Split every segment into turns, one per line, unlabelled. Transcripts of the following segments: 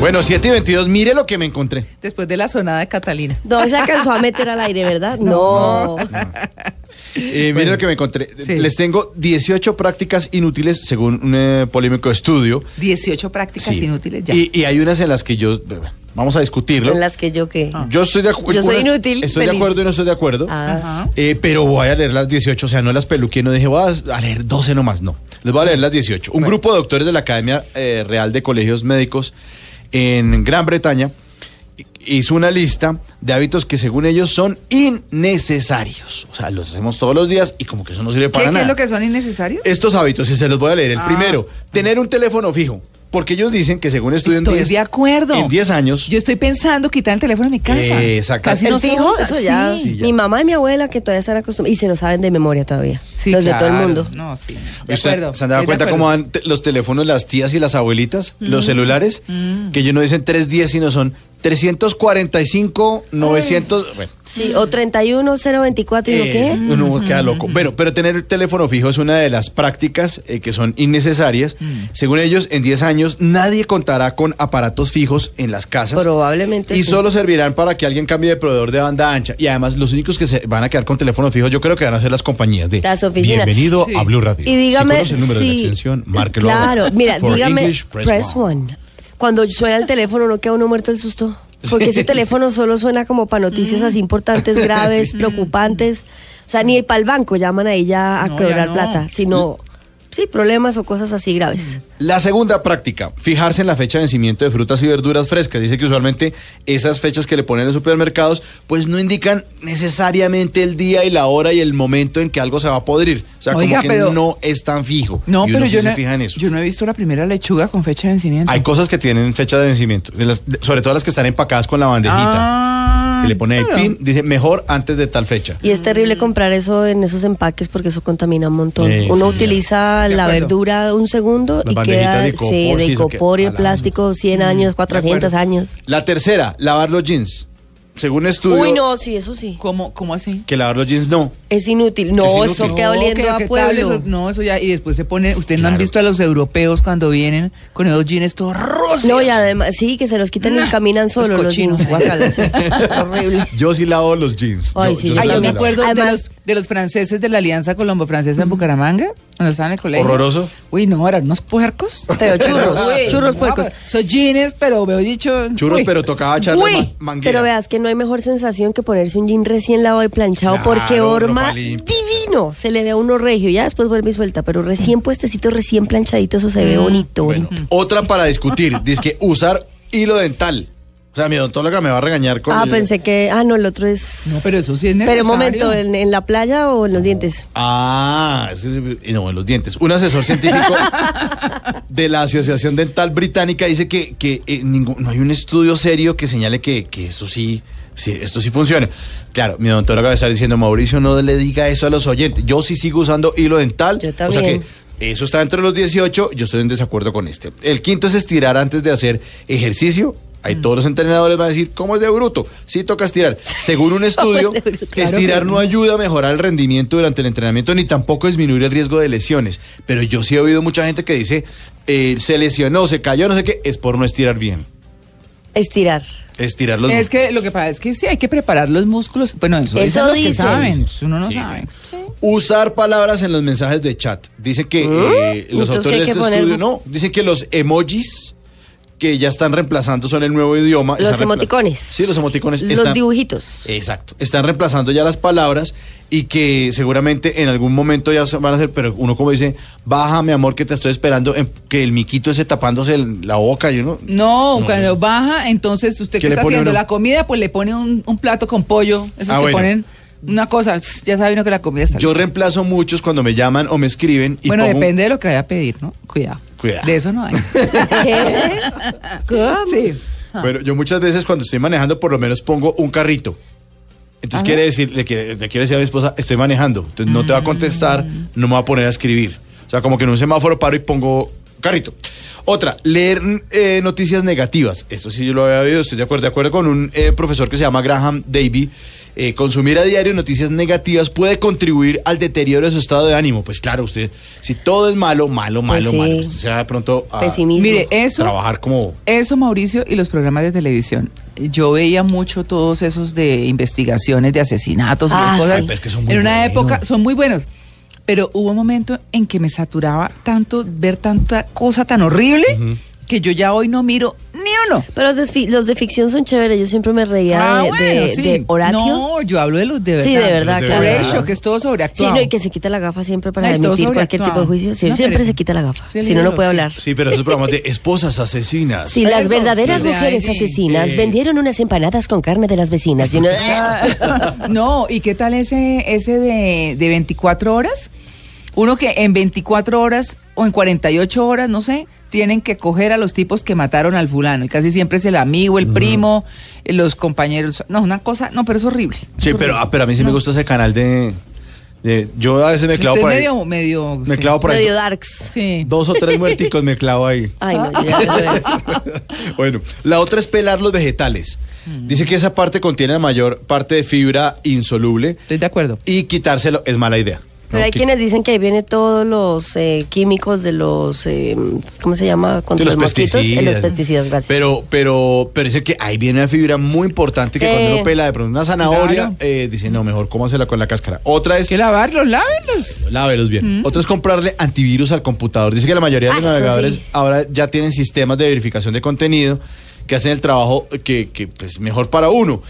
Bueno, 7 y 22, mire lo que me encontré.
Después de la sonada de Catalina.
No se alcanzó a meter al aire, ¿verdad? No.
Eh, mire lo que me encontré.
sí.
Les tengo 18 prácticas inútiles según un eh, polémico estudio.
18 prácticas
Sí.
inútiles ya.
Y, y hay unas en las que yo. Vamos a discutirlo.
En las que yo qué.
Yo estoy de acuerdo.
Yo soy inútil,
Estoy de
feliz.
acuerdo y no estoy de acuerdo.
Ah.
Eh, pero voy a leer las 18, o sea, no las peluqué, no dije, voy a leer 12 nomás, no. Les voy a leer las 18. Un grupo de doctores de la Academia eh, Real de Colegios Médicos en Gran Bretaña hizo una lista de hábitos que según ellos son innecesarios. O sea, los hacemos todos los días y como que eso no sirve
¿Qué,
para
qué
nada.
es Ah. lo que son innecesarios?
Estos hábitos, y se los voy a leer. El primero, tener un teléfono fijo. Porque ellos dicen que según estudian
Estoy
10
de acuerdo.
En 10 años.
Yo estoy pensando quitar el teléfono de mi casa.
Eh, exacto.
Casi
el
no se
fijo,
usa,
eso ya.
Sí,
Sí, ya.
Mi mamá y mi abuela que todavía están acostumbrados y se lo saben de memoria todavía.
Sí,
los de todo el
claro.
mundo.
No, sí. De
Oye, ¿usted
acuerdo.
¿Se han dado
Estoy
cuenta
de acuerdo. Mm.
cómo van te- los teléfonos, las tías y las abuelitas, los celulares? Que ellos no dicen 310, sino son 345, 900. Bueno,
Sí, o 31024 y digo,
eh,
¿qué?
uno
Mm.
queda loco. Bueno, pero tener el teléfono fijo es una de las prácticas eh, que son innecesarias.
Mm.
Según ellos, en 10 años nadie contará con aparatos fijos en las casas.
Probablemente
Y
sí.
solo servirán para que alguien cambie de proveedor de banda ancha. Y además, los únicos que se van a quedar con teléfonos fijos, yo creo que van a ser las compañías de
Las oficinas.
Bienvenido a
Sí.
Blue Radio.
Y dígame
si conoce el número de la
sí.
extensión, márquelo.
Claro, mira,
For
dígame
English, press one.
one. Cuando suena el teléfono no queda uno muerto del susto, porque
Sí.
ese teléfono solo suena como para noticias
Mm.
así importantes, graves, preocupantes. O sea, ni para el banco llaman ahí ya a
No, ya
cobrar
no.
plata, sino sí, problemas o cosas así graves.
La segunda práctica, fijarse en la fecha de vencimiento de frutas y verduras frescas. Dice que usualmente esas fechas que le ponen en los supermercados, pues no indican necesariamente el día y la hora y el momento en que algo se va a podrir. O sea,
Oiga,
como que
pero-
no es tan fijo.
No,
y uno
pero
sí
yo
se
no,
fija en eso.
yo no he visto la primera lechuga con fecha de vencimiento.
Hay cosas que tienen fecha de vencimiento, de las- de- sobre todo las que están empacadas con la bandejita.
Ah,
que le pone el
claro.
pin, dice mejor antes de tal fecha.
Y es
Mm.
terrible comprar eso en esos empaques porque eso contamina un montón.
Eh,
Uno
sí,
utiliza
De
la
acuerdo.
verdura un segundo
Las
y queda
bandejitas de icopor,
sí, de
sí, eso Mm. que-
icopor y el
a la-
plástico 100 años, 400
acuerdo.
años.
La tercera, lavar los jeans. Según estudio,
Uy, no, sí, eso sí.
¿Cómo, cómo así?
que lavar los jeans no.
Es inútil. No,
Es inútil.
eso
No,
queda oliendo
que-
a
que tal,
pueblo.
eso- no, eso ya. Y después se pone. Ustedes no han
Claro.
visto a los europeos cuando vienen con esos jeans todos rosas.
No, y además, sí, que se los quitan y caminan solo los
cochinos,
niños.
guácala, sí.
Horrible.
Yo sí lavo los jeans.
Ay, sí,
sí
yo
Ay,
los
yo me
Claro.
lavo.
acuerdo de,
Además-
los, de los franceses de la Alianza Colombo-Francesa en Bucaramanga, cuando estaban en el colegio.
Horroroso.
Uy, no, eran unos puercos.
Pero churros, churros puercos.
Soy jeans, pero veo dicho.
Churros,
uy.
pero tocaba echarle
Uy.
ma- manguera.
Pero veas que no hay mejor sensación que ponerse un jean recién lavado y planchado
Claro,
porque horma
ropa limpia.
divino. Se le ve a uno regio, ya después vuelve y suelta, pero recién puestecito, recién planchadito, eso se ve
Mm.
bonito,
Bueno,
bonito.
otra para discutir. Dice que usar hilo dental. O sea, mi odontóloga me va a regañar con.
Ah,
el-
pensé que, ah, no, el otro es...
No, pero eso sí es
Pero
necesario.
un momento, ¿en, en la playa o en los dientes?
Ah, es que se- y no, en los dientes. Un asesor científico de la Asociación Dental Británica dice que, que, eh, ningún- no hay un estudio serio que señale que, que eso sí, sí, esto sí funciona. Claro, mi odontóloga va a estar diciendo, Mauricio, no le diga eso a los oyentes. Yo sí sigo usando hilo dental.
Yo
O sea que
también.
eso está dentro de los 18, yo estoy en desacuerdo con este. El quinto es estirar antes de hacer ejercicio.
Mm.
Ahí todos los entrenadores van a decir, ¿cómo es de bruto? Sí toca estirar. Según un estudio,
de bruto? Claro
estirar
que
no ayuda a mejorar el rendimiento durante el entrenamiento ni tampoco disminuir el riesgo de lesiones. Pero yo sí he oído mucha gente que dice, eh, se lesionó, se cayó, no sé qué, es por no estirar bien.
Estirar.
Estirar los
Es que lo que pasa es que sí hay que preparar los músculos. Bueno, eso,
Eso
dicen los que
dicen.
saben. Uno no
Sí.
sabe.
Usar palabras en los mensajes de chat. Dice que eh, los
¿Mm? Entonces, ¿qué hay
autores de
que
este
poner?
estudio no. Dicen que los emojis que ya están reemplazando son el nuevo idioma.
Los
están reempla-
emoticones.
Sí, los emoticones.
Los
están-
dibujitos.
Exacto. Están reemplazando ya las palabras y que seguramente en algún momento ya se van a hacer, pero uno como dice, bájame amor que te estoy esperando, em- que el miquito ese tapándose el- la boca y uno...
No, cuando baja, entonces usted
¿Qué
que
le
está
pone
haciendo
uno?
la comida, pues le pone un, un plato con pollo. Esos
Ah,
que
bueno.
ponen una cosa. Ya sabe uno que la comida está
Yo
lista.
reemplazo muchos cuando me llaman o me escriben y
Bueno,
pongo un-
depende de lo que vaya a pedir, ¿no? Cuidado.
Cuidado.
De eso no hay.
¿Qué? ¿Cómo?
Sí.
Ah.
Bueno, yo muchas veces cuando estoy manejando, por lo menos pongo un carrito. Entonces quiere decir, le, quiere, le quiero decir a mi esposa, estoy manejando. Entonces no te va a contestar,
Mm.
no me va a poner a escribir. O sea, como que en un semáforo paro y pongo carrito. Otra, leer mm, eh, noticias negativas. Esto sí yo lo había oído, estoy de acuerdo, de acuerdo con un eh, profesor que se llama Graham Davy. Eh, consumir a diario noticias negativas puede contribuir al deterioro de su estado de ánimo. Pues claro, usted, si todo es malo, malo, malo,
Pues sí.
malo. Usted se va de pronto a
Pesimismo.
Mire, eso.
trabajar como...
Eso, Mauricio, y los programas de televisión. Yo veía mucho todos esos de investigaciones de asesinatos y de
Ah,
cosas.
sí.
Pues que son muy
en una
buenos.
época son muy buenos. Pero hubo un momento en que me saturaba tanto ver tanta cosa tan horrible que yo ya hoy no miro ni uno. Ah,
Pero los de, fi- los de ficción son chéveres. Yo siempre me reía de, de- de Horatio.
No, yo hablo de los de verdad.
Sí, de verdad,
De
claro.
verdad.
Horatio, que es todo
Sí,
sobreactuado.
no, y que se quita la gafa siempre para
No, es todo
emitir cualquier
sobreactuado.
tipo de juicio. Sí,
No,
siempre
pero-
se quita la gafa.
Sí,
si no, no
libro,
puede
sí.
hablar.
Sí, pero esos programas de esposas asesinas.
Si las
Eso,
verdaderas
sí, de
mujeres
ahí.
asesinas
Eh.
vendieron unas empanadas con carne de las vecinas. y uno-
Ah, no, ¿y qué tal ese, ese de, de 24 horas? Uno que en 24 horas o en 48 horas, no sé, tienen que coger a los tipos que mataron al fulano. Y casi siempre es el amigo, el primo, eh, los compañeros. No, una cosa, no, pero es horrible.
Sí, pero, ah, pero a mí sí me gusta ese canal de, de- Yo a veces me clavo
Usted
por ahí.
medio, medio.
me
sí.
clavo por ahí.
Medio Ah, darks.
Sí.
Dos o tres muerticos me clavo ahí.
Ay, no, yo ya no veo eso.
bueno, la otra es pelar los vegetales.
Mm.
Dice que esa parte contiene la mayor parte de fibra insoluble
Estoy de acuerdo.
y quitárselo es mala idea.
Pero
¿no?
hay
Que-
quienes dicen que ahí vienen todos los eh, químicos de los, eh, ¿cómo se llama?
de
Contra los, mosquitos. eh, los pesticidas, gracias.
Pero, pero, pero dice que ahí viene una fibra muy importante que
Sí.
cuando uno pela de pronto una zanahoria,
Claro.
eh, dice, no, mejor cómasela con la cáscara. Otra es
Hay que lavarlos, lávenlos.
Lávelos bien. Otro es comprarle antivirus al computador. Dice que la mayoría de los
Mm. Ah, eso
navegadores
sí.
ahora ya tienen sistemas de verificación de contenido que hacen el trabajo que, que, pues, mejor para uno.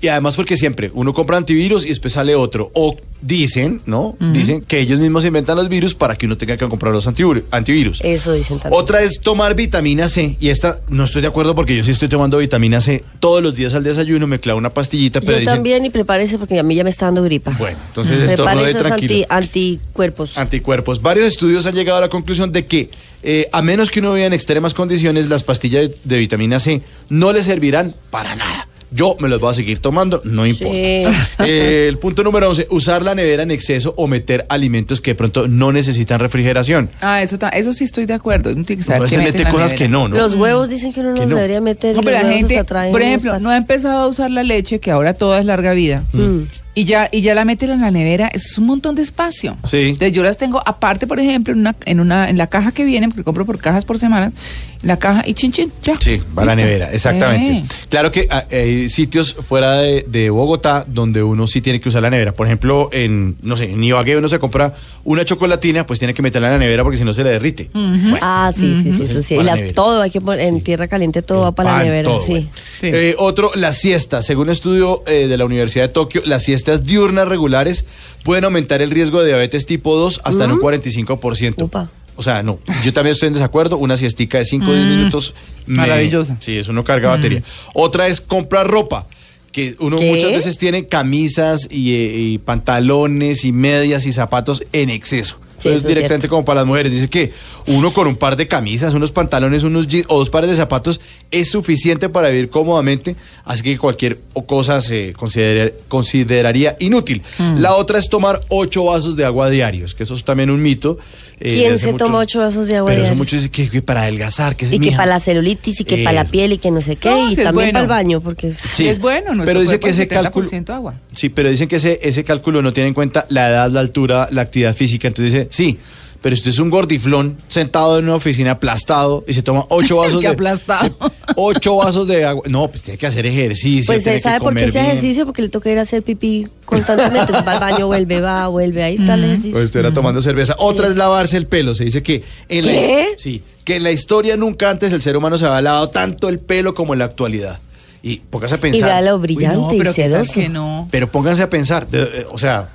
Y además porque siempre uno compra antivirus y después sale otro. O dicen, ¿no? Dicen que ellos mismos inventan los virus para que uno tenga que comprar los antivirus. antivirus.
Eso dicen Eh, también.
Otra es tomar vitamina C. Y esta no estoy de acuerdo porque yo sí estoy tomando vitamina C todos los días al desayuno. Me clavo una pastillita, pero
Yo
dicen,
también, y prepárese porque a mí ya me está dando gripa.
Bueno, entonces estornude
prepárese esos
tranquilo. Ah,
anti- anticuerpos.
anticuerpos. Varios estudios han llegado a la conclusión de que, eh, a menos que uno viva en extremas condiciones, las pastillas de vitamina C no le servirán para nada. Yo me las voy a seguir tomando, no importa. Eh, el punto número 11, usar la nevera en exceso o meter alimentos que de pronto no necesitan refrigeración.
Ah, eso, ta- eso sí estoy de acuerdo. Uno tiene que saber
No
qué
se
mete en
mete
la
cosas
nevera.
que no, ¿no?
Los huevos dicen que uno
Que
no los
no.
debería meter.
No,
y
pero
los
la
huevos
gente,
hasta traen
por
unos
ejemplo,
pas-
no ha empezado a usar la leche que ahora toda es larga vida.
Mm.
Mm.
Y ya, y ya la meten en la nevera, eso es un montón de espacio.
Sí.
Entonces yo las tengo aparte, por ejemplo, en una, en una, en la caja que viene, porque compro por cajas por semana, en la caja y chin chin, ya.
Sí, va a la
Listo. Eh.
nevera, exactamente.
Sí.
Claro que ah, hay sitios fuera de, de Bogotá donde uno sí tiene que usar la nevera. Por ejemplo, en, no sé, en Ibagué uno se compra una chocolatina, pues tiene que meterla en la nevera porque si no se le derrite. Bueno,
Ah, sí, sí, sí, eso sí.
Para
Y
la
las,
nevera.
todo hay que poner en tierra caliente, todo va
el
para la
pan,
nevera,
todo,
sí.
bueno.
Sí.
Eh, otro, la siesta. Según un estudio eh, de la Universidad de Tokio, las siestas diurnas regulares pueden aumentar el riesgo de diabetes tipo 2 hasta en un 45%.
Upa. Mm.
O sea, no, yo también estoy en desacuerdo. Una siestica de 5 o 10 minutos. me-
Maravillosa.
Sí, eso no carga batería. Otra es comprar ropa. Que uno
¿Qué?
muchas veces tiene camisas y, eh, y pantalones y medias y zapatos en exceso.
Sí,
Entonces,
eso es
directamente
cierto.
como para las mujeres. Dice que uno con un par de camisas, unos pantalones, unos jeans o dos pares de zapatos es suficiente para vivir cómodamente, así que cualquier o- cosa se considera- consideraría inútil.
Mm.
La otra es tomar ocho vasos de agua diarios, que eso es también un mito. eh,
¿Quién
de hace
se toma ocho vasos de agua
Pero eso
diarios?
muchos dicen que, que para adelgazar, que es
Y que
mija.
para la celulitis, y que para la
Eso.
piel, y que no sé qué,
No,
y
sí es
también
bueno.
para el baño, porque...
Sí.
Es bueno, nuestro
pero dice
cuerpo
que
es
ese cálculo
70% agua.
Sí, pero dicen que ese, ese cálculo no tiene en cuenta la edad, la altura, la actividad física. Entonces dice, sí, pero si usted es un gordiflón sentado en una oficina aplastado y se toma ocho vasos
que
de
aplastado.
ocho vasos de agua. No, pues tiene que hacer ejercicio.
Pues
tiene
él
que
sabe por qué
comer
ese
bien.
ejercicio, porque le toca ir a hacer pipí constantemente. Se va al baño, vuelve, va, vuelve, ahí está el ejercicio.
Pues estuviera tomando cerveza. Otra es lavarse el pelo. Se dice que en la
¿Qué?
his- sí, que en la historia nunca antes el ser humano se había lavado tanto el pelo como en la actualidad. Y póngase a
Y
pensar.
vea lo
Uy,
brillante
pero
y
qué tal
sedoso.
que no.
Pero pónganse a pensar, de- eh, o sea,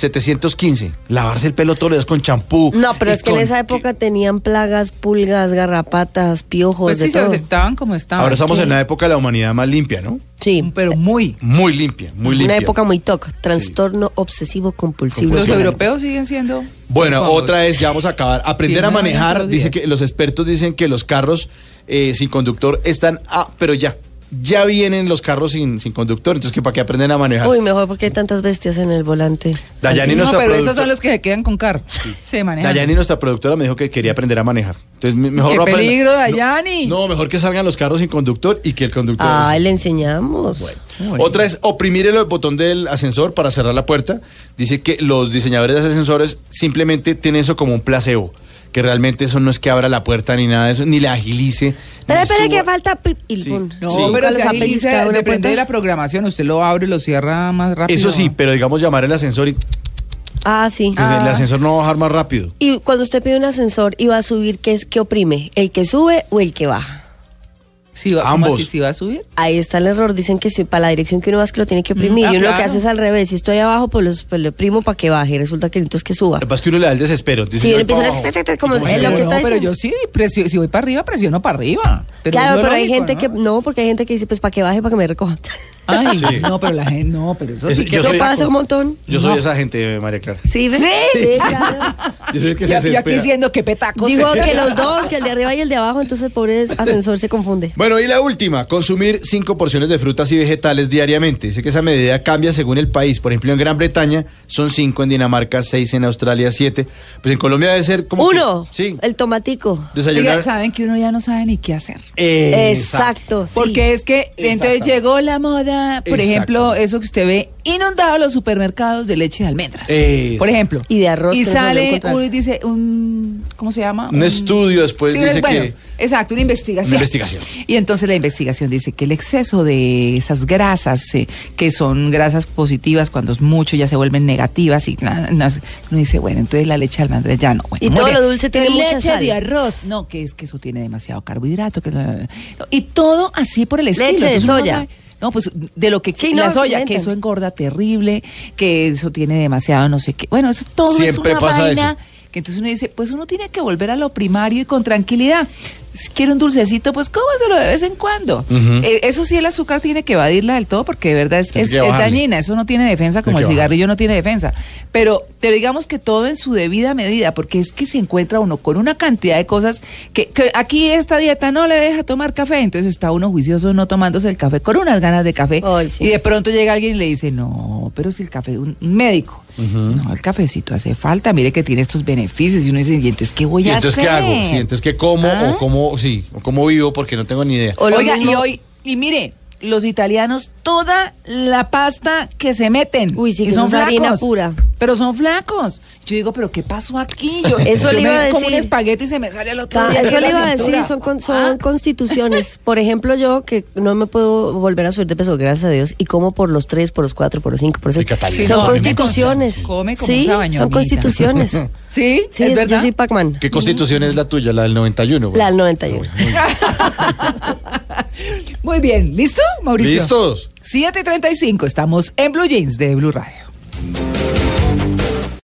1715. Lavarse el pelo todos los días con champú.
No, pero
y
es que en
con-
esa época tenían plagas, pulgas, garrapatas, piojos,
Pues
de
sí, se
todo.
aceptaban como estaban.
Ahora estamos
Sí.
en la época de la humanidad más limpia, ¿no?
Sí.
Pero muy.
Muy limpia, muy limpia.
Una época muy toc, trastorno obsesivo compulsivo.
Pues
Los
sí.
europeos siguen siendo.
Bueno,
incómodos.
otra es, ya vamos a acabar. Aprender
Sí,
a
no, no,
manejar.
no,
Dice
no, no.
que los expertos dicen que los carros eh, sin conductor están. Ah, pero ya. Ya vienen los carros sin, sin conductor. Entonces, que ¿para qué aprenden a manejar?
Uy, mejor porque hay tantas bestias en el volante.
Dayani,
No,
nuestra
pero esos
productora-
son los que se quedan con carro. Se manejan.
Dayani, nuestra productora, me dijo que quería aprender a manejar. Entonces, me- mejor
¡Qué
no aprenda-
peligro,
no-
Dayani!
No, mejor que salgan los carros sin conductor y que el conductor.
Ah, le enseñamos.
Uy.
Otra es oprimir el botón del ascensor para cerrar la puerta. Dice que los diseñadores de ascensores simplemente tienen eso como un placebo. Que realmente eso no es que abra la puerta ni nada de eso, ni la agilice.
Espera,
ni
espera,
suba.
que falta pip, y
Sí.
pum.
No,
Sí.
pero
Nunca
se
los ha
agiliza,
pellizcado una
depende
puerta.
de la programación. Usted lo abre y lo cierra más rápido.
Eso sí,
¿no?
pero digamos llamar el ascensor y pues,
Ah, sí.
el ascensor no va a bajar más rápido.
Y cuando usted pide un ascensor y va a subir, ¿qué, es- qué oprime? ¿El que sube o el que baja?
Si va, ¿cómo
ambos.
así? ¿Si va a subir?
Ahí está el error. Dicen que si para la dirección que uno va es que lo tiene que oprimir.
Mm, ah,
y uno lo que
claro.
hace es al revés. Si estoy abajo, pues, los, pues lo oprimo para que baje. Resulta que entonces que suba.
Lo que pasa es que uno le da el desespero. Dice,
Sí,
"Yo voy
empieza
para
a-
abajo".
ta, ta, ta, como
Y
es Eh, lo
Pero
que está
Pues no, pero yo
diciendo.
sí, presio- si voy para arriba, presiono para arriba. Pero es
claro,
lo
pero hay
lógico,
gente
¿no?
que no, porque hay gente que dice, pues para que baje, para que me recoja.
Ay,
Sí.
no, pero la gente. No, pero eso
Es-
sí que
yo
Eso
soy-
otra
pasa un
cosa.
montón.
Yo soy
No.
esa gente, María Clara.
Sí, ¿ves? Sí, claro.
Yo soy el que
Y
se
aquí- y aquí
desespera.
diciendo que petacos.
Digo que los dos, que el de arriba y el de abajo, entonces el pobre ascensor se confunde.
Bueno, y la última, consumir cinco porciones de frutas y vegetales diariamente. Dice que esa medida cambia según el país. Por ejemplo, en Gran Bretaña son cinco, en Dinamarca seis, en Australia siete. Pues en Colombia debe ser como que-
Uno,
sí.
el tomatico.
Desayunar.
Oigan, saben que uno ya no sabe ni qué hacer.
Exacto. sí.
Porque es que entonces
Exactamente.
llegó la moda, por
Exactamente.
ejemplo, eso que usted ve inundado los supermercados de leche de almendras.
Exacto.
Por ejemplo.
Y de arroz,
Y
que no se volvió a
sale,
encontrar.
uno y dice, un, ¿cómo se llama?
Un estudio después
Sí,
dice
bueno,
que-
Exacto, una investigación.
Una investigación.
Y entonces la investigación dice que el exceso de esas grasas, eh, que son grasas positivas, cuando es mucho ya se vuelven negativas y nada, no, es- uno dice, bueno, entonces la leche de almendras ya no. Bueno,
Y
muy
todo
bien.
lo dulce tiene
Que
mucha
leche
sal.
de arroz. No, que es que eso tiene demasiado carbohidrato. que la- la- la- Y todo así por el estilo.
Leche de
Entonces uno
soya.
sabe- No, pues de lo que
Sí,
la
no, se
soya, que
inventan.
eso engorda terrible, que eso tiene demasiado no sé qué. Bueno, eso todo
Siempre
es una
pasa
vaina
eso.
que entonces uno dice, pues uno tiene que volver a lo primario y con tranquilidad. Si quiere un dulcecito, pues cómaselo de vez en cuando.
Ujú.
Eh, eso sí, el azúcar tiene que evadirla del todo porque de verdad es,
Tiene
es-
que
es
bajarle.
dañina. Eso no tiene defensa como
que
el
bajarle.
cigarrillo no tiene defensa. Pero, pero digamos que todo en su debida medida porque es que se encuentra uno con una cantidad de cosas que, que aquí esta dieta no le deja tomar café. Entonces está uno juicioso no tomándose el café con unas ganas de café.
Ay, sí.
Y de pronto llega alguien y le dice, no, pero si el café, un un médico, no, el cafecito hace falta, mire que tiene estos beneficios. Y uno dice, ¿y entonces qué voy
¿Y
a
entonces
hacer?
qué hago? Sí, entonces qué como
Ah.
o cómo, sí, o cómo vivo porque no tengo ni idea.
O lo
Oiga,
mismo-
y hoy, y mire, los italianos, toda la pasta que se meten.
Uy, sí,
y
que
son
eso es
flacos.
harina pura.
Pero son flacos. Yo digo, ¿pero qué pasó aquí? Yo,
Eso
yo
le iba
me
a
como un
decir.
espagueti y se me sale al otro
Ah,
día.
Eso
de
le
la
iba a decir,
cintura.
son, con- son
Ah,
constituciones. Por ejemplo, yo que no me puedo volver a subir de peso, gracias a Dios, y como por los tres, por los cuatro, por los cinco, por los seis.
Uy, Catalina,
Sí,
son
no, a mí me
constituciones.
consta. Come como
sí,
esa
son
bañonita.
constituciones.
Sí,
Sí,
es
es-
verdad.
yo soy Pac-Man.
¿Qué constitución es la tuya, la del 91?
La del 91.
Muy bien, ¿listo, Mauricio?
¿Listos?
7.35, estamos en Blue Jeans de Blue Radio.